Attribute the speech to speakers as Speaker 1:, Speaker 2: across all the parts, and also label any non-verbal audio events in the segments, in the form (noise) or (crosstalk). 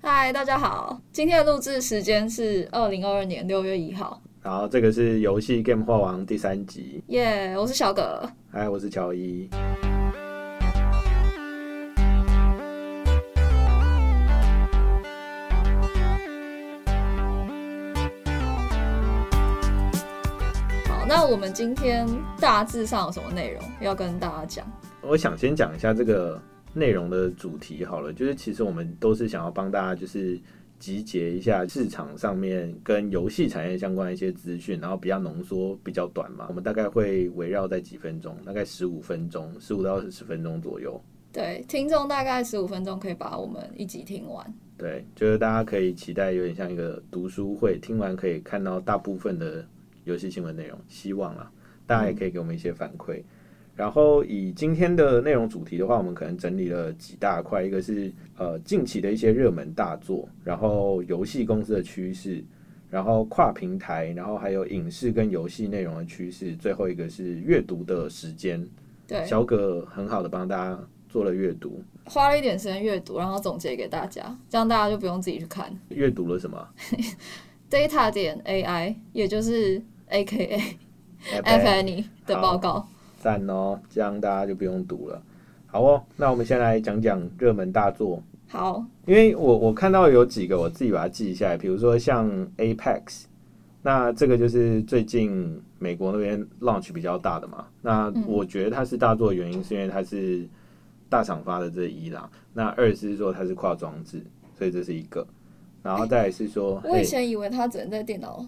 Speaker 1: 嗨，大家好，今天的录制时间是二零二二年六月一号，
Speaker 2: 然后这个是游戏 Game 化王第三集，
Speaker 1: 耶、我是小葛。
Speaker 2: 嗨，我是乔伊。
Speaker 1: 好，那我们今天大致上有什么内容要跟大家讲？
Speaker 2: 我想先讲一下这个内容的主题好了，就是其实我们都是想要帮大家就是集结一下市场上面跟游戏产业相关的一些资讯，然后比较浓缩、比较短嘛。我们大概会围绕在几分钟，大概十五分钟，十五到十分钟左右。
Speaker 1: 对，听众大概十五分钟可以把我们一集听完。
Speaker 2: 对，就是大家可以期待有点像一个读书会，听完可以看到大部分的游戏新闻内容，希望啦，大家也可以给我们一些反馈。然后以今天的内容主题的话，我们可能整理了几大块，一个是呃近期的一些热门大作，然后游戏公司的趋势，然后跨平台，然后还有影视跟游戏内容的趋势，最后一个是阅读的时间。
Speaker 1: 对，
Speaker 2: 小葛很好的帮大家做了阅读，
Speaker 1: 花了一点时间阅读，然后总结给大家，这样大家就不用自己去看。
Speaker 2: 阅读了什么
Speaker 1: Data 点 AI，也就是 AKA F Any 的报告。
Speaker 2: 赞哦，这样大家就不用读了。好哦，那我们先来讲讲热门大作，
Speaker 1: 好，
Speaker 2: 因为我我看到有几个我自己把它记下来，比如说像 Apex，那这个就是最近美国那边 launch 比较大的嘛。那
Speaker 1: 嗯
Speaker 2: 我觉得它是大作的原因，是因为它是大厂发的这一啦。那二是说它是跨装置，所以这是一个。然后再来是说，
Speaker 1: 我以
Speaker 2: 嘿
Speaker 1: 前以为它只能在电脑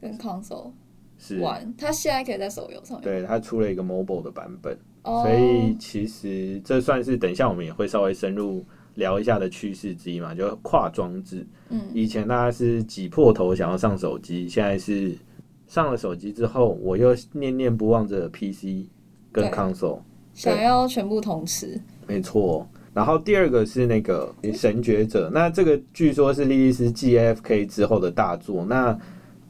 Speaker 1: 跟 console
Speaker 2: 是
Speaker 1: 玩，它现在可以在手游上面。
Speaker 2: 对它出了一个 mobile 的版本。
Speaker 1: 哦
Speaker 2: 所以其实这算是等一下我们也会稍微深入聊一下的趋势之一嘛，就是跨装置。
Speaker 1: 嗯，
Speaker 2: 以前大家是挤破头想要上手机，现在是上了手机之后，我又念念不忘着 PC 跟
Speaker 1: 对
Speaker 2: console，
Speaker 1: 想要全部同吃，
Speaker 2: 没错。然后第二个是那个《神觉者》，那这个据说是莉莉丝 GFK 之后的大作。那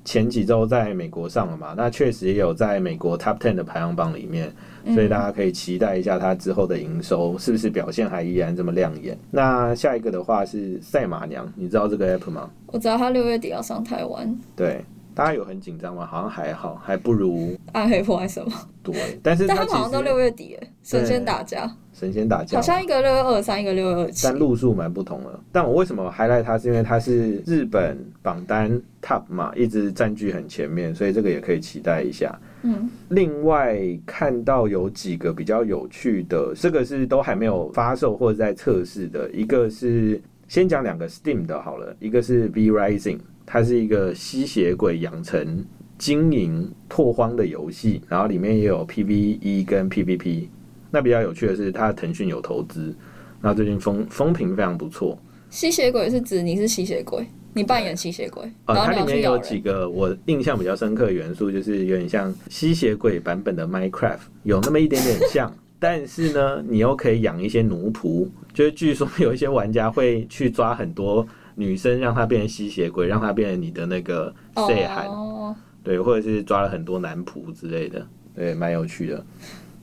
Speaker 2: 前几周在美国上了嘛，那确实也有在美国
Speaker 1: 嗯
Speaker 2: Top Ten 的排行榜里面。所以大家可以期待一下它之后的营收是不是表现还依然这么亮眼。那下一个的话是赛马娘，你知道这个 app 吗？
Speaker 1: 我知道他六月底要上台湾，
Speaker 2: 对，大家有很紧张吗？好像还好，还不如
Speaker 1: 暗黑破坏神吗？
Speaker 2: 对，但是
Speaker 1: 但
Speaker 2: 它
Speaker 1: 他们
Speaker 2: 其
Speaker 1: 好像都
Speaker 2: 实
Speaker 1: 六月底耶，神仙打架，
Speaker 2: 神仙打架
Speaker 1: 好
Speaker 2: 嘛，
Speaker 1: 像一个六月二三，一个六月二七
Speaker 2: 但。路数蛮不同的。但我为什么 highlight 它，是因为它是日本榜单 top 嘛，一直占据很前面，所以这个也可以期待一下。
Speaker 1: 嗯，
Speaker 2: 另外看到有几个比较有趣的，这个是都还没有发售或者在测试的，一个是先讲两个 Steam 的好了，一个是 V Rising，它是一个吸血鬼养成经营拓荒的游戏，然后里面也有 PVE 跟 PVP。那比较有趣的是，它腾讯有投资，那最近风风评非常不错。
Speaker 1: 吸血鬼是指你是吸血鬼，你扮演吸血鬼，
Speaker 2: 呃
Speaker 1: 然，后
Speaker 2: 它
Speaker 1: 你
Speaker 2: 里
Speaker 1: 要
Speaker 2: 面
Speaker 1: 去
Speaker 2: 有
Speaker 1: 咬
Speaker 2: 几
Speaker 1: 人。
Speaker 2: 个我印象比较深刻的元素，就是有点像吸血鬼版本的 Minecraft，有那么一点点
Speaker 1: (laughs)
Speaker 2: 像。但是呢，你又可以养一些奴仆，就是据说有一些玩家会去抓很多女生，让她变成吸血鬼，让她变成你的那个 s a 汉，
Speaker 1: 哦，
Speaker 2: 对，或者是抓了很多男仆之类的，对，蛮有趣的。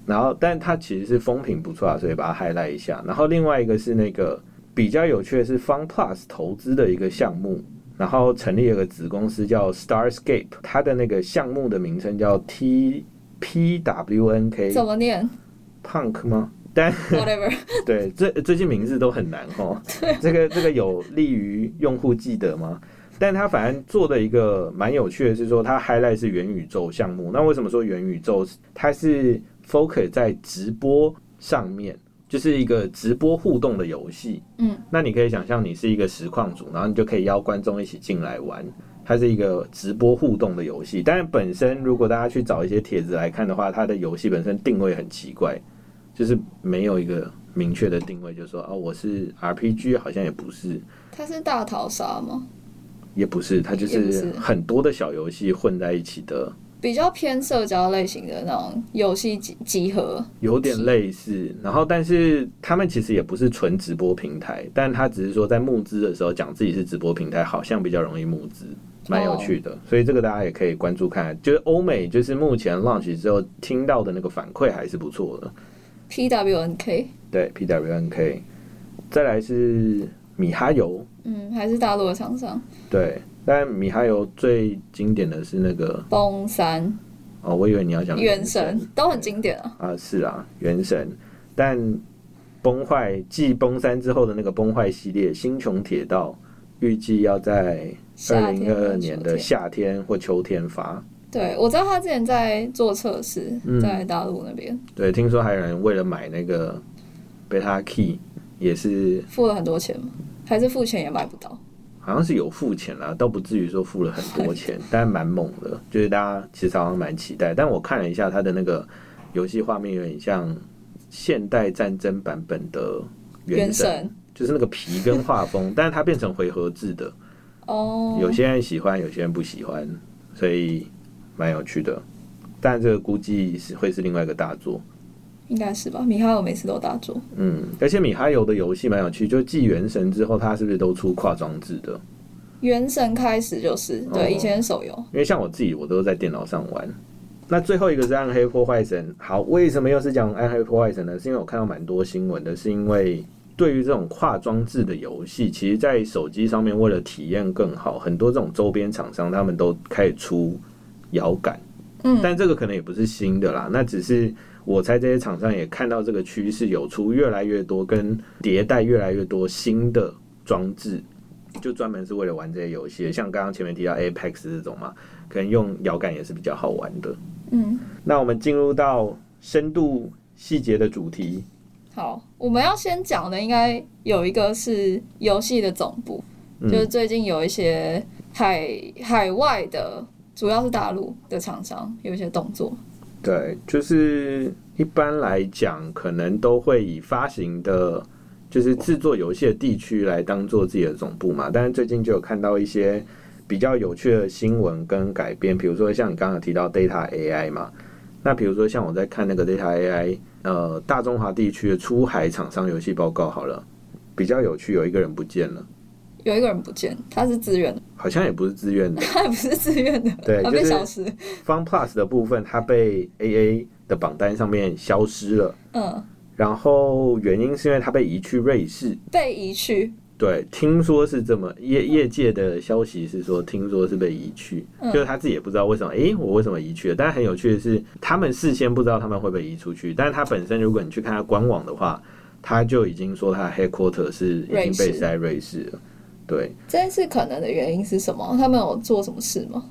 Speaker 2: 然后，但它其实是风评不错啊，所以把它 highlight 一下。然后另外一个是那个比较有趣的是 Fun Plus 投资的一个项目，然后成立了个子公司叫 Starscape，它的那个项目的名称叫 T P W N K
Speaker 1: 怎么念
Speaker 2: Punk 吗？但
Speaker 1: ？Whatever。 (laughs)
Speaker 2: 对，最最近名字都很难哦。这个这个有利于用户记得吗？但他反正做的一个蛮有趣的是说，它 highlight 是元宇宙项目。那为什么说元宇宙？它是 focus 在直播上面，就是一个直播互动的游戏。
Speaker 1: 嗯，
Speaker 2: 那你可以想象你是一个实况组，然后你就可以邀观众一起进来玩。它是一个直播互动的游戏，但是本身如果大家去找一些帖子来看的话，它的游戏本身定位很奇怪，就是没有一个明确的定位，就是说哦，我是 RPG，好像也不是，
Speaker 1: 它是大逃杀吗？
Speaker 2: 也不是，它就
Speaker 1: 也不是
Speaker 2: 是很多的小游戏混在一起的，
Speaker 1: 比较偏社交类型的那种游戏集集合。
Speaker 2: 有点类似。然后，但是他们其实也不是纯直播平台，但他只是说在募资的时候讲自己是直播平台，好像比较容易募资，蛮有趣
Speaker 1: 哦
Speaker 2: 的。所以这个大家也可以关注看，就是欧美就是目前 launch 之后听到的那个反馈还是不错的。
Speaker 1: P W N K，
Speaker 2: 对，PWNK，再来是米哈游，
Speaker 1: 嗯，还是大陆的厂商，
Speaker 2: 对，但米哈游最经典的是那个
Speaker 1: 崩三、
Speaker 2: 哦，我以为你要讲
Speaker 1: 原神都很经典啊。
Speaker 2: 啊，是啊，原神，但崩坏继崩三之后的那个崩坏系列，星穹铁道预计要在二
Speaker 1: 夏天
Speaker 2: 零
Speaker 1: 跟
Speaker 2: 二二年
Speaker 1: 秋
Speaker 2: 的
Speaker 1: 天
Speaker 2: 夏天或秋天发。
Speaker 1: 对，我知道他之前在做测试，
Speaker 2: 嗯
Speaker 1: 在大陆那边
Speaker 2: 对，听说还有人为了买那个 Beta Key，也是
Speaker 1: 付了很多钱嘛，还是付钱也买不到。
Speaker 2: 好像是有付钱啦，倒不至于说付了很多
Speaker 1: (laughs)
Speaker 2: 钱，但蛮猛的，就是大家其实好像蛮期待。但我看了一下它的那个游戏画面，有点像现代战争版本的原
Speaker 1: 原
Speaker 2: 神，
Speaker 1: 神
Speaker 2: 就是那个皮跟画
Speaker 1: (laughs)
Speaker 2: 风，但是它变成回合制的，
Speaker 1: 哦，
Speaker 2: 有些人喜欢，有些人不喜欢，所以蛮有趣的。但这个估计是会是另外一个大作，
Speaker 1: 应该是吧？米哈游每次都大作，
Speaker 2: 嗯，而且米哈游的游戏蛮有趣，就继《原神》之后，它是不是都出跨装置的？
Speaker 1: 原神开始就是
Speaker 2: 哦
Speaker 1: 对，以前手游
Speaker 2: 因为像我自己，我都在电脑上玩。那最后一个是《暗黑破坏神》。好，为什么又是讲《暗黑破坏神》呢？是因为我看到蛮多新闻的，是因为对于这种跨装置的游戏，其实在手机上面为了体验更好，很多这种周边厂商他们都开始出摇杆。
Speaker 1: 嗯
Speaker 2: 但这个可能也不是新的啦，那只是我猜这些厂商也看到这个趋势，有出越来越多跟迭代越来越多新的装置，就专门是为了玩这些游戏的。像刚刚前面提到 Apex 这种嘛，可能用摇杆也是比较好玩的。
Speaker 1: 嗯。
Speaker 2: 那我们进入到深度细节的主题，
Speaker 1: 好，我们要先讲的应该有一个是游戏的总部，
Speaker 2: 嗯
Speaker 1: 就是最近有一些海海外的，主要是大陆的厂商有一些动作。
Speaker 2: 对，就是一般来讲，可能都会以发行的，就是制作游戏的地区来当做自己的总部嘛。但是最近就有看到一些比较有趣的新闻跟改变，比如说像你刚刚有提到 Data AI 嘛，那比如说像我在看那个 Data AI，呃，大中华地区的出海厂商游戏报告好了，比较有趣，有一个人不见了，
Speaker 1: 有一个人不见，他是自愿的， (laughs)
Speaker 2: 好像也不是自愿的。
Speaker 1: 他也不是自愿的，
Speaker 2: 对
Speaker 1: 他
Speaker 2: 就
Speaker 1: 被
Speaker 2: 是
Speaker 1: 消失。
Speaker 2: FunPlus 的部分，它被 AA 的榜单上面消失了。
Speaker 1: 嗯，
Speaker 2: 然后原因是因为他被移去瑞士。
Speaker 1: 被移去，
Speaker 2: 对，听说是这么业业界的消息是说，听说是被移去，
Speaker 1: 嗯
Speaker 2: 就是他自己也不知道为什么，诶，我为什么移去了？但很有趣的是，他们事先不知道他们会被移出去，但是他本身如果你去看他官网的话，他就已经说他的 headquarter 是已经被
Speaker 1: 瑞士
Speaker 2: 设在瑞士了。对
Speaker 1: 这件事可能的原因是什么？他们有做什么事吗？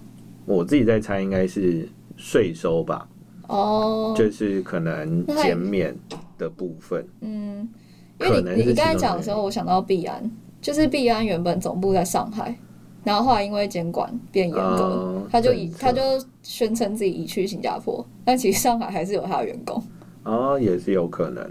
Speaker 2: 我自己在猜，应该是税收吧，
Speaker 1: 哦，
Speaker 2: 就是可能
Speaker 1: 那他
Speaker 2: 减免的部分。
Speaker 1: 嗯，因为
Speaker 2: 可能
Speaker 1: 你
Speaker 2: 是
Speaker 1: 你刚才
Speaker 2: 其中的
Speaker 1: 讲的时候，我想到币安，就是币安原本总部在上海，然后后来因为监管变严格
Speaker 2: 哦，
Speaker 1: 他就以
Speaker 2: 政策
Speaker 1: 他就宣称自己移去新加坡，但其实上海还是有他的员工。
Speaker 2: 哦，也是有可能。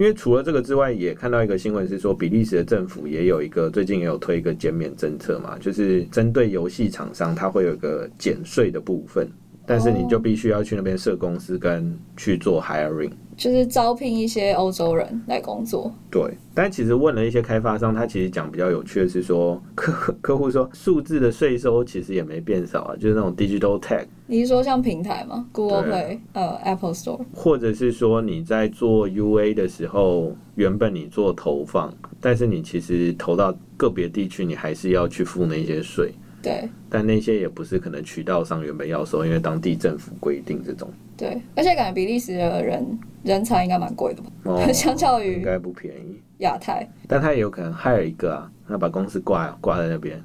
Speaker 2: 因为除了这个之外，也看到一个新闻是说，比利时的政府也有一个最近也有推一个减免政策嘛，就是针对游戏厂商，它会有一个减税的部分，但是你就必须要去那边设公司跟去做 hiring。
Speaker 1: 就是招聘一些欧洲人来工作，
Speaker 2: 对，但其实问了一些开发商，他其实讲比较有趣的是说，客客户说数字的税收其实也没变少啊，就是那种 digital tax，
Speaker 1: 你是说像平台吗？Google
Speaker 2: 对啊
Speaker 1: Play、呃 Apple Store，
Speaker 2: 或者是说你在做 UA 的时候，原本你做投放，但是你其实投到个别地区，你还是要去付那些税，
Speaker 1: 对
Speaker 2: 但那些也不是可能渠道上原本要收，因为当地政府规定这种。
Speaker 1: 对，而且感觉比利时的人人才应该蛮贵的吧，
Speaker 2: (laughs) 哦
Speaker 1: (laughs) 相较
Speaker 2: 应
Speaker 1: 于
Speaker 2: 该不便宜，
Speaker 1: 亚太，
Speaker 2: 但他也有可能害了一个啊，他把公司挂挂在那边，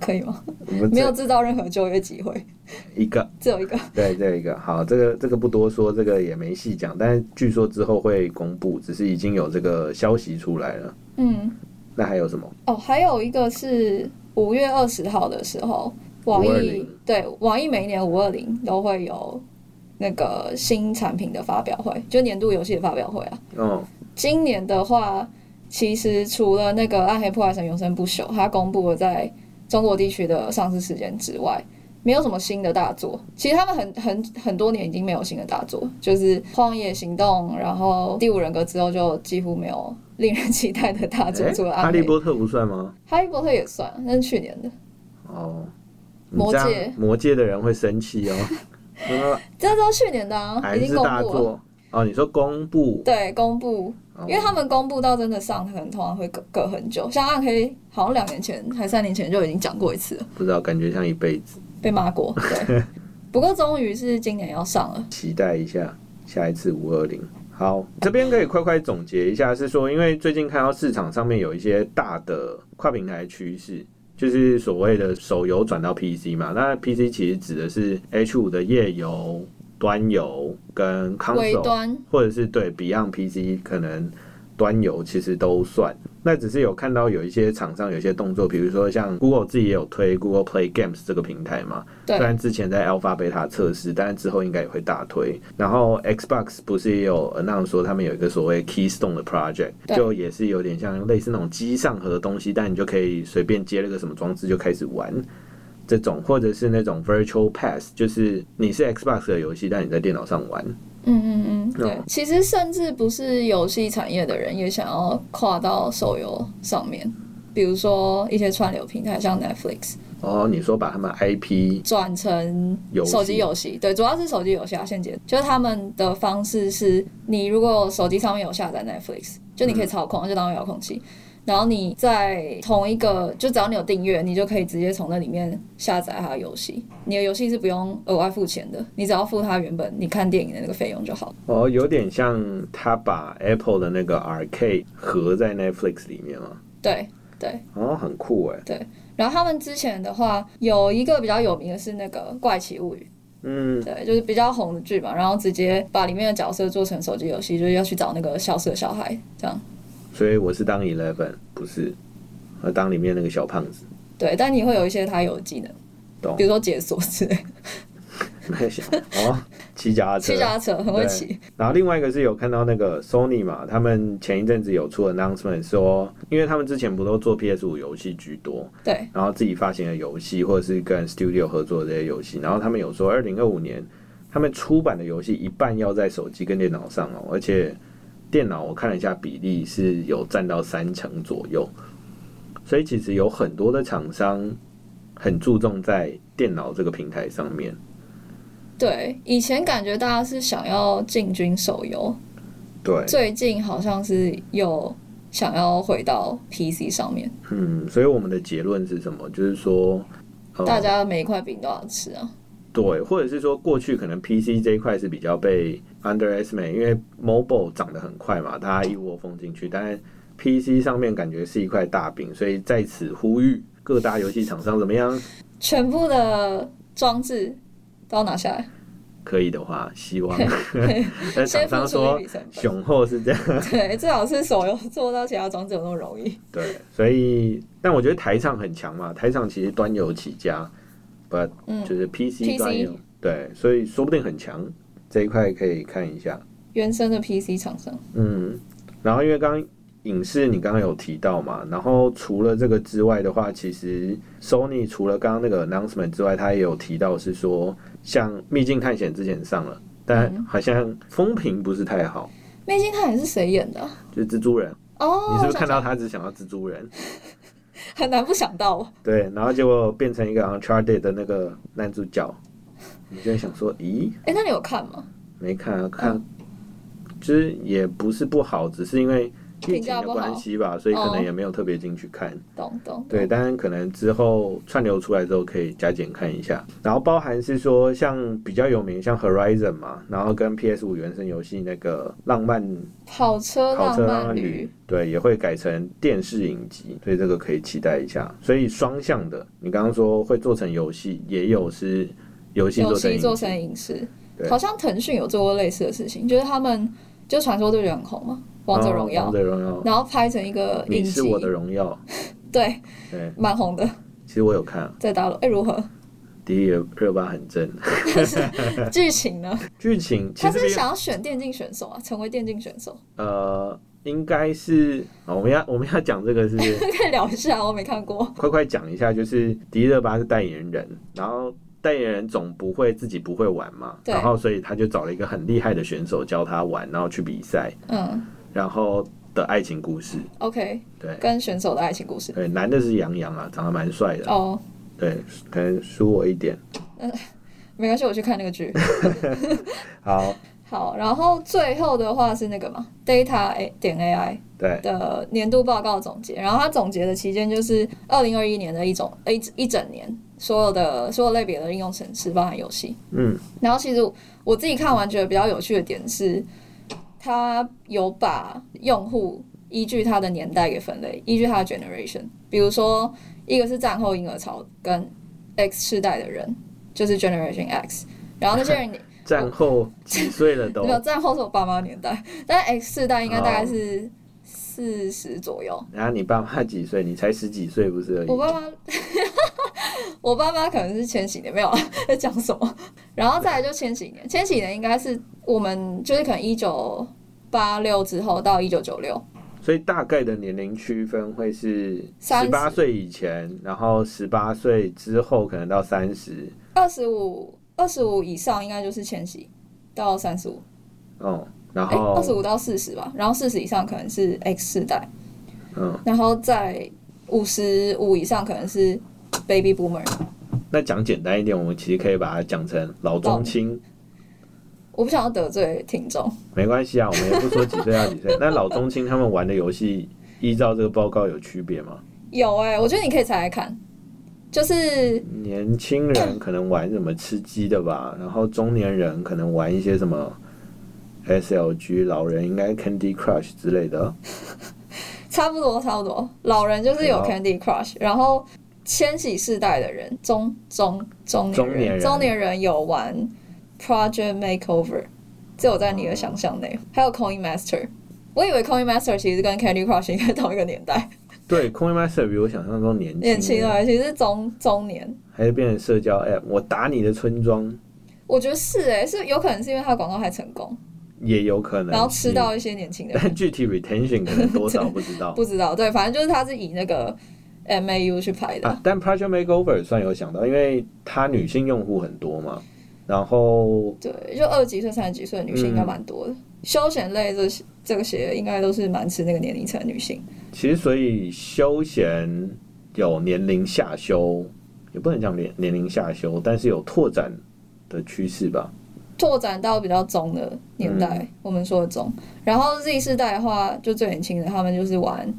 Speaker 1: 可以吗？
Speaker 2: (laughs) 我们
Speaker 1: 没有制造任何就业机会，
Speaker 2: 这一个，
Speaker 1: 只有一个。
Speaker 2: 对，这一个好，这个这个不多说，这个也没细讲，但是据说之后会公布，只是已经有这个消息出来了。
Speaker 1: 嗯，
Speaker 2: 那还有什么？
Speaker 1: 哦，还有一个是五月二十号的时候，网易
Speaker 2: 520
Speaker 1: 对网易每一年五二零都会有那个新产品的发表会，就年度游戏的发表会啊。
Speaker 2: 哦，
Speaker 1: 今年的话，其实除了那个《暗黑破坏神：永生不朽》，它公布了在中国地区的上市时间之外，没有什么新的大作。其实他们很很很多年已经没有新的大作，就是《荒野行动》，然后《第五人格》之后就几乎没有令人期待的大作，
Speaker 2: 诶
Speaker 1: 除了《暗
Speaker 2: 哎 (laughs) 哈
Speaker 1: 黑
Speaker 2: 利波特不算吗？
Speaker 1: 哈利波特也算，那是去年的。
Speaker 2: 哦，你
Speaker 1: 魔
Speaker 2: 这样
Speaker 1: 戒 (laughs)
Speaker 2: 魔戒的人会生气哦。他说
Speaker 1: 这都是去年的啊，
Speaker 2: 还
Speaker 1: 已
Speaker 2: 是
Speaker 1: 经公
Speaker 2: 大
Speaker 1: 布了。
Speaker 2: 作哦，你说公布，
Speaker 1: 对，公布，
Speaker 2: 哦
Speaker 1: 因为他们公布到真的上，可能通啊常会隔隔很久。像暗黑，好像两年前还三年前就已经讲过一次了，
Speaker 2: 不知道，感觉像一辈子，
Speaker 1: 被骂过。对，不过终于是今年要上了。
Speaker 2: 期待一下下一次五二零。好，这边可以快快总结一下，是说，因为最近看到市场上面有一些大的跨平台趋势，就是所谓的手游转到 PC 嘛。那 PC 其实指的是 H 五的页游、端游跟
Speaker 1: 尾
Speaker 2: console，
Speaker 1: 端
Speaker 2: 或者是对 Beyond PC 可能端游其实都算。那只是有看到有一些厂商有一些动作，比如说像 Google 自己也有推 Google Play Games 这个平台嘛，
Speaker 1: 对
Speaker 2: 虽然之前在 Alpha Beta 测试，但是之后应该也会大推。然后 Xbox 不是也有 announce 说他们有一个所谓 Keystone 的 project，
Speaker 1: 对
Speaker 2: 就也是有点像类似那种机上盒的东西，但你就可以随便接了个什么装置就开始玩。这种或者是那种 Virtual Pass，就是你是 Xbox 的游戏，但你在电脑上玩。
Speaker 1: 嗯嗯嗯，对
Speaker 2: 哦，
Speaker 1: 其实甚至不是游戏产业的人也想要跨到手游上面，比如说一些串流平台，像 Netflix
Speaker 2: 哦，你说把他们 IP
Speaker 1: 转成
Speaker 2: 游戏
Speaker 1: 手机游戏，对，主要是手机游戏啊。现阶就是他们的方式是，你如果手机上面有下载 Netflix，就你可以操控，就当遥控器。然后你在同一个，就只要你有订阅，你就可以直接从那里面下载它的游戏。你的游戏是不用额外付钱的，你只要付它原本你看电影的那个费用就好了。
Speaker 2: 哦，有点像他把 Apple 的那个 Arcade 合在 Netflix 里面嘛。
Speaker 1: 对对，
Speaker 2: 哦，很酷哎。
Speaker 1: 然后他们之前的话，有一个比较有名的是那个《怪奇物语
Speaker 2: 嗯》，，
Speaker 1: 对，就是比较红的剧嘛。然后直接把里面的角色做成手机游戏，就是要去找那个消失的小孩，这样。
Speaker 2: 所以我是当 Eleven，不是，我当里面那个小胖子。
Speaker 1: 对，但你会有一些他有的技能，
Speaker 2: 懂
Speaker 1: 比如说解锁之类的，(laughs)
Speaker 2: 没想哦，骑脚踏车
Speaker 1: 骑。脚踏车很会骑。
Speaker 2: 然后另外一个是有看到那个 Sony 嘛，他们前一阵子有出 announcement 说，因为他们之前不都做 PS 五游戏居多，
Speaker 1: 对，
Speaker 2: 然后自己发行的游戏或者是跟 studio 合作的这些游戏，然后他们有说二零二五年他们出版的游戏一半要在手机跟电脑上哦，而且电脑我看了一下比例是有占到三成左右，所以其实有很多的厂商很注重在电脑这个平台上面。
Speaker 1: 对，以前感觉大家是想要进军手游，
Speaker 2: 对，
Speaker 1: 最近好像是有想要回到 PC 上面，
Speaker 2: 嗯，所以我们的结论是什么？就是说，呃
Speaker 1: 大家每一块饼都要吃啊。
Speaker 2: 对，或者是说过去可能 PC 这一块是比较被 underestimate，因为 mobile 涨得很快嘛，大家一窝蜂进去，但是 PC 上面感觉是一块大饼，所以在此呼吁各大游戏厂商怎么样？
Speaker 1: 全部的装置都要拿下来，
Speaker 2: 可以的话，希望。 (laughs) 但
Speaker 1: 先付
Speaker 2: 厂商
Speaker 1: 出
Speaker 2: 说
Speaker 1: 一笔成本。
Speaker 2: 雄厚是这样，
Speaker 1: 对，最好是手游做到其他装置有那么容易。
Speaker 2: 对，所以但我觉得台厂很强嘛，台厂其实端游起家，but
Speaker 1: 嗯
Speaker 2: 就是 PC
Speaker 1: PC
Speaker 2: 端游，对，所以说不定很强这一块可以看一下。
Speaker 1: 原生的 PC 厂商，
Speaker 2: 嗯，然后因为刚刚影视你刚刚有提到嘛，然后除了这个之外的话，其实 Sony 除了刚刚那个 announcement 之外，它也有提到是说，像《秘境探险》之前上了，但好像风评不是太好，
Speaker 1: 魅晶探也是谁演的啊？
Speaker 2: 就是蜘蛛人，
Speaker 1: 哦，
Speaker 2: 你是
Speaker 1: 我
Speaker 2: 不
Speaker 1: 想
Speaker 2: 是看
Speaker 1: 起
Speaker 2: 到他只想要蜘蛛人？
Speaker 1: 来很难不想到哦吧？
Speaker 2: 对，然后结果变成一个 Uncharted 的那个男主角，你就会想说，咦，
Speaker 1: 哎，那你有看吗？
Speaker 2: 没看啊，看，就是也不是不好，只是因为疫
Speaker 1: 评
Speaker 2: 情
Speaker 1: 价
Speaker 2: 的
Speaker 1: 不好
Speaker 2: 关系吧，所以可
Speaker 1: 哦
Speaker 2: 能也没有特别进去看。
Speaker 1: 懂懂。
Speaker 2: 对，当然可能之后串流出来之后可以加减看一下，然后包含是说像比较有名像 Horizon 嘛，然后跟 PS 五原生游戏那个浪漫
Speaker 1: 跑车
Speaker 2: 跑
Speaker 1: 浪
Speaker 2: 车浪
Speaker 1: 漫
Speaker 2: 漫
Speaker 1: 旅
Speaker 2: 旅，，对，也会改成电视影集，所以这个可以期待一下。所以双向的，你刚刚说会做成游戏，也有是游戏
Speaker 1: 游
Speaker 2: 做成
Speaker 1: 戏
Speaker 2: 影
Speaker 1: 做
Speaker 2: 集
Speaker 1: 成影视，
Speaker 2: 对
Speaker 1: 好像腾讯有做过类似的事情，就是他们就传说对决很红嘛，《王者荣
Speaker 2: 哦
Speaker 1: 耀
Speaker 2: 王》，者荣耀，
Speaker 1: 然后拍成一个影
Speaker 2: 你
Speaker 1: 集
Speaker 2: 是，我的荣耀。
Speaker 1: 对，
Speaker 2: 对，
Speaker 1: 蛮红的，
Speaker 2: 其实我有看，
Speaker 1: 在大陆。哎，如何？
Speaker 2: 第一热巴很正，
Speaker 1: 剧情呢？
Speaker 2: 剧情哎其
Speaker 1: 他
Speaker 2: 实
Speaker 1: 是
Speaker 2: 比
Speaker 1: 想要选电竞选手啊，成为电竞选手。 (laughs)
Speaker 2: 呃，应该是、哦我们要我们要讲这个是不是
Speaker 1: 可以聊一下，我没看过。
Speaker 2: 快快讲一下，就是迪丽热巴是代言人，然后代言人总不会自己不会玩嘛，
Speaker 1: 对
Speaker 2: 然后所以他就找了一个很厉害的选手教他玩，然后去比赛，
Speaker 1: 嗯
Speaker 2: 然后的爱情故事，
Speaker 1: ，OK，
Speaker 2: 对
Speaker 1: 跟选手的爱情故事。
Speaker 2: 对，男的是杨洋啊，长得蛮帅的，
Speaker 1: 哦，
Speaker 2: 对，可能输我一点。
Speaker 1: 没关系，我去看那个剧。
Speaker 2: 好，
Speaker 1: 好，然后最后的话是那个嘛，Data A 点 AI
Speaker 2: 对，
Speaker 1: 的年度报告总结，然后他总结的期间就是二零二一年的一种一一整年所有的所有类别的应用程式，包含游戏。
Speaker 2: 嗯，
Speaker 1: 然后其实我自己看完觉得比较有趣的点是，他有把用户依据他的年代给分类，依据他的 generation，比如说一个是战后婴儿潮跟 X 世代的人，就是 Generation X，然后那些人
Speaker 2: 战后几岁了都
Speaker 1: (laughs) 没有战后是我爸妈年代，但 X 世代应该大概是四十左右。
Speaker 2: 然后你爸妈几岁？你才十几岁不是而已
Speaker 1: 我？爸妈， (laughs) 我爸妈可能是千禧年没有啊在讲什么，然后再来就千禧年，千禧年应该是我们就是可能一九八六之后到一九九六，
Speaker 2: 所以大概的年龄区分会是
Speaker 1: 30
Speaker 2: 十八岁以前，然后十八岁之后可能到三十。
Speaker 1: 二十五二十五以上应该就是千禧到三十五，
Speaker 2: 嗯，然
Speaker 1: 哎，
Speaker 2: 后
Speaker 1: 二十五到四十吧，然后四十以上可能是 X 世代，
Speaker 2: 嗯，
Speaker 1: 然后在五十五以上可能是 Baby Boomer，
Speaker 2: 那讲简单一点，我们其实可以把它讲成老
Speaker 1: 老
Speaker 2: 中青，
Speaker 1: 我不想要得罪听众，
Speaker 2: 没关系啊，我们也不说几岁到
Speaker 1: (laughs)
Speaker 2: 几岁。那老中青他们玩的游戏，依照这个报告有区别吗？
Speaker 1: 有哎、我觉得你可以猜猜看，就是
Speaker 2: 年轻人可能玩什么吃鸡的吧，然后中年人可能玩一些什么 SLG，老人应该 Candy Crush 之类的。
Speaker 1: 差不多，差不多。老人就是有
Speaker 2: 好
Speaker 1: Candy Crush，然后千禧世代的人，中中中年
Speaker 2: 中年
Speaker 1: 人，
Speaker 2: 人
Speaker 1: 中年人有玩 Project Makeover，这有在你的想象内。还有 Coin Master，我以为 Coin Master 其实跟 Candy Crush 应该同一个年代，
Speaker 2: 对 c o i n Master 比我想象中年轻，
Speaker 1: 年轻啊了，其实是中中年。
Speaker 2: 还是变成社交 App。我打你的村庄
Speaker 1: 我觉得是诶、是有可能是因为他的广告太成功，
Speaker 2: 也有可能，
Speaker 1: 然后吃到一些年轻的人。
Speaker 2: (laughs) 但具体 retention 可能多少不
Speaker 1: (laughs)
Speaker 2: 知道
Speaker 1: 不知道，对，反正就是他是以那个 M A U 去拍的。
Speaker 2: 啊。但 Project Makeover 算有想到，因为它女性用户很多嘛，然后
Speaker 1: 对，就二十几岁、三十几岁的女性应
Speaker 2: 嗯
Speaker 1: 该蛮多的。休闲类这些这个些应该都是蛮吃那个年龄层的女性。
Speaker 2: 其实所以休闲有年龄下修，也不能讲年年龄下修，但是有拓展的趋势吧。
Speaker 1: 拓展到比较中的年代，
Speaker 2: 嗯
Speaker 1: 我们说的中。然后 Z 世代的话，就最年轻的，他们就是玩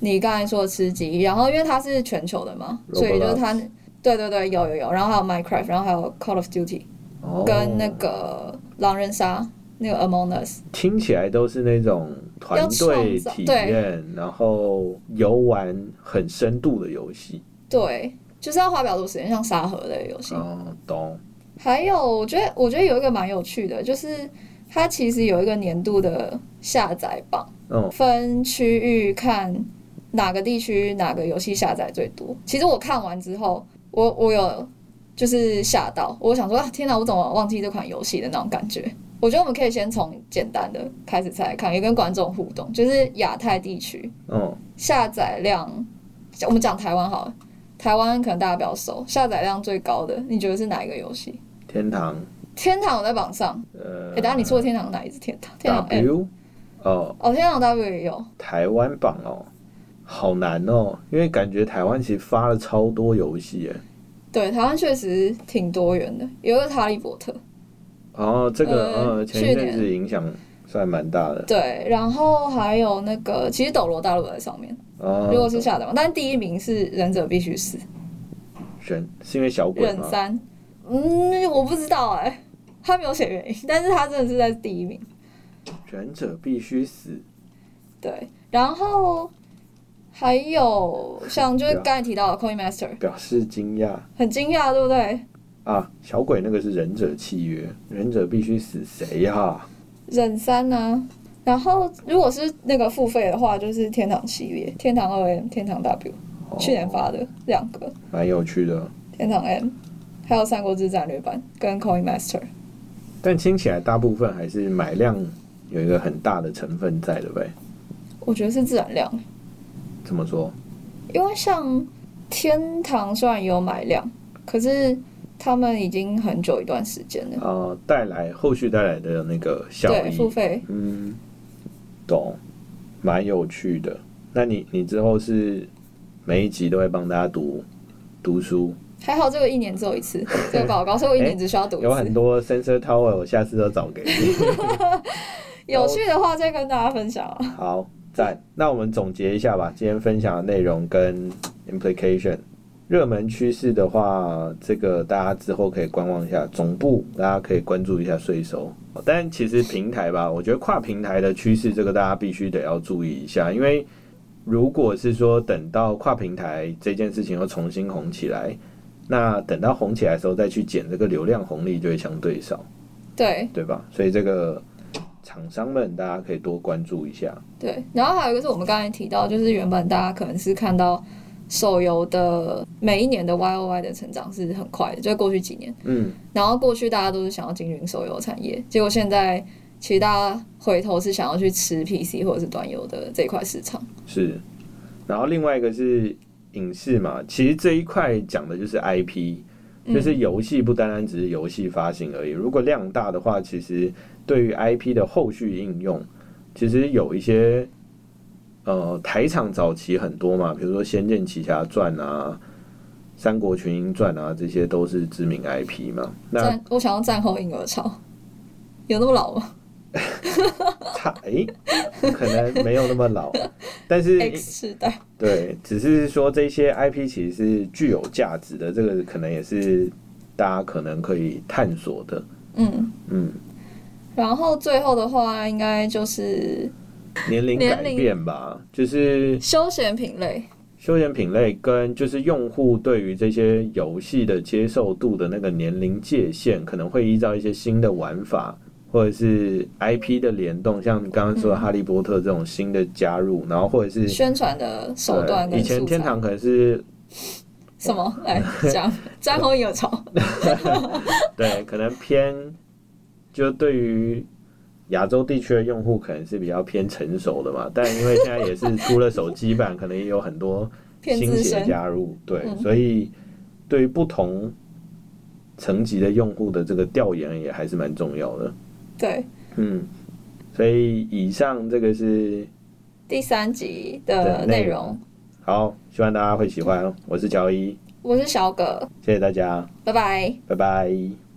Speaker 1: 你刚才说的吃鸡。然后因为它是全球的嘛，
Speaker 2: Roblox
Speaker 1: 所以就是它，对对对，有有有。然后还有 Minecraft，然后还有 Call of Duty，
Speaker 2: 哦，
Speaker 1: 跟那个狼人杀那个 Among Us。
Speaker 2: 听起来都是那种团队
Speaker 1: 要创造
Speaker 2: 体
Speaker 1: 对
Speaker 2: 验，然后游玩很深度的游戏。
Speaker 1: 对，就是要花比较多时间，像沙盒类的游戏。
Speaker 2: 哦，懂。
Speaker 1: 还有，我觉得我觉得有一个蛮有趣的，就是它其实有一个年度的下载榜，
Speaker 2: 嗯，
Speaker 1: 分区域看哪个地区哪个游戏下载最多。其实我看完之后，我我有就是吓到，我想说啊，天哪，我怎么忘记这款游戏的那种感觉？我觉得我们可以先从简单的开始猜猜看，也跟观众互动，就是亚太地区
Speaker 2: 嗯，
Speaker 1: 下载量，我们讲台湾好了，台湾可能大家比较熟，下载量最高的，你觉得是哪一个游戏？
Speaker 2: 天堂，
Speaker 1: 天堂有在榜上，
Speaker 2: 呃，
Speaker 1: 哎、等下你说的天堂哪一只天堂？天堂哎 M
Speaker 2: W，哦，
Speaker 1: 哦，天堂 W 也有，
Speaker 2: 台湾榜哦，好难哦，因为感觉台湾其实发了超多游戏耶。
Speaker 1: 对，台湾确实挺多元的，有一个哈利波特，
Speaker 2: 哦，这个
Speaker 1: 呃
Speaker 2: 呃，前一
Speaker 1: 去
Speaker 2: 阵
Speaker 1: 年
Speaker 2: 子影响算蛮大的。
Speaker 1: 对，然后还有那个，其实斗罗大陆在上面，
Speaker 2: 哦，
Speaker 1: 如果是下载榜，但第一名是忍者必须死，
Speaker 2: 选是因为小鬼
Speaker 1: 忍
Speaker 2: 吗？
Speaker 1: 三，嗯，我不知道哎、他没有写原因， (laughs) 但是他真的是在第一名，
Speaker 2: 忍者必须死。
Speaker 1: 对，然后还有像就是
Speaker 2: 啊
Speaker 1: 刚才提到的 Coin Master，
Speaker 2: 表示惊讶
Speaker 1: 很惊讶，对不对？
Speaker 2: 啊！小鬼那个是忍者契约，忍者必须死谁啊呀、
Speaker 1: 忍三呢、啊然后如果是那个付费的话，就是天堂系列，天堂二 M、天堂 W，、
Speaker 2: 哦
Speaker 1: 去年发的两个，
Speaker 2: 蛮有趣的，
Speaker 1: 天堂 M，还有三国志战略版跟 Coin Master。
Speaker 2: 但听起来大部分还是买量有一个很大的成分在的呗。
Speaker 1: 我觉得是自然量，
Speaker 2: 怎么说？
Speaker 1: 因为像天堂虽然也有买量，可是他们已经很久一段时间了，
Speaker 2: 呃，带来后续带来的那个效
Speaker 1: 对，
Speaker 2: 益，
Speaker 1: 付费
Speaker 2: 嗯，懂，蛮有趣的。那你你之后是每一集都会帮大家读读书，
Speaker 1: 还好这个一年只有一次这个报告，所以我一年只需要读一
Speaker 2: 哎有
Speaker 1: 次
Speaker 2: 很。多 sensor tower，我下次都找给你。
Speaker 1: 有趣的话再跟大家分享啊。
Speaker 2: 好，赞。那我们总结一下吧，今天分享的内容跟 implication。热门趋势的话，这个大家之后可以观望一下，总部大家可以关注一下税收。哦但其实平台吧，我觉得跨平台的趋势，这个大家必须得要注意一下，因为如果是说等到跨平台这件事情又重新红起来，那等到红起来的时候再去捡这个流量红利，就会相对少，
Speaker 1: 对
Speaker 2: 对吧？所以这个厂商们大家可以多关注一下。
Speaker 1: 对，然后还有一个是我们刚才提到，就是原本大家可能是看到手游的每一年的 Y O Y 的成长是很快的，就过去几年。
Speaker 2: 嗯，
Speaker 1: 然后过去大家都是想要进军手游产业，结果现在其实大家回头是想要去吃 PC 或者是端游的这一块市场。
Speaker 2: 是，然后另外一个是影视嘛，其实这一块讲的就是 IP，就是
Speaker 1: 嗯
Speaker 2: 游戏不单单只是游戏发行而已。如果量大的话，其实对于 IP 的后续应用，其实有一些呃台场早期很多嘛，比如说《仙剑奇侠传》啊。《三国群英传》啊，这些都是知名 IP 嘛。那
Speaker 1: 战，我想要战后婴儿潮，有那么老吗
Speaker 2: 差诶、可能没有那么老，
Speaker 1: (laughs)
Speaker 2: 但是
Speaker 1: ？X 世代，
Speaker 2: 对，只是说这些 IP 其实是具有价值的，这个可能也是大家可能可以探索的。
Speaker 1: 嗯。
Speaker 2: 嗯，
Speaker 1: 然后最后的话，应该就是
Speaker 2: 年龄
Speaker 1: 年
Speaker 2: 改
Speaker 1: 龄
Speaker 2: 变吧，就是
Speaker 1: 休闲品类，
Speaker 2: 休闲品类跟就是用户对于这些游戏的接受度的那个年龄界限，可能会依照一些新的玩法或者是 IP 的联动，像刚刚
Speaker 1: 嗯
Speaker 2: 说的《哈利波特》这种新的加入，然后或者是
Speaker 1: 宣传的手段
Speaker 2: 呃
Speaker 1: 跟
Speaker 2: 以
Speaker 1: 素材。
Speaker 2: 前天堂可能是
Speaker 1: 什
Speaker 2: (laughs)
Speaker 1: 么来讲？战后婴儿潮，
Speaker 2: 对，可能偏就对于亚洲地区的用户可能是比较偏成熟的嘛，但因为现在也是出了手机版，可能也有很多
Speaker 1: 骗
Speaker 2: 新
Speaker 1: 自
Speaker 2: 血
Speaker 1: 身。
Speaker 2: 加入，对，
Speaker 1: 嗯
Speaker 2: 所以对于不同层级的用户的这个调研也还是蛮重要的，
Speaker 1: 对，
Speaker 2: 嗯，所以以上这个是
Speaker 1: 第三集
Speaker 2: 的
Speaker 1: 的内
Speaker 2: 内容
Speaker 1: 容，
Speaker 2: 好，希望大家会喜欢，我是乔伊，
Speaker 1: 我是小葛，
Speaker 2: 谢谢大家，
Speaker 1: 拜拜。
Speaker 2: 拜拜。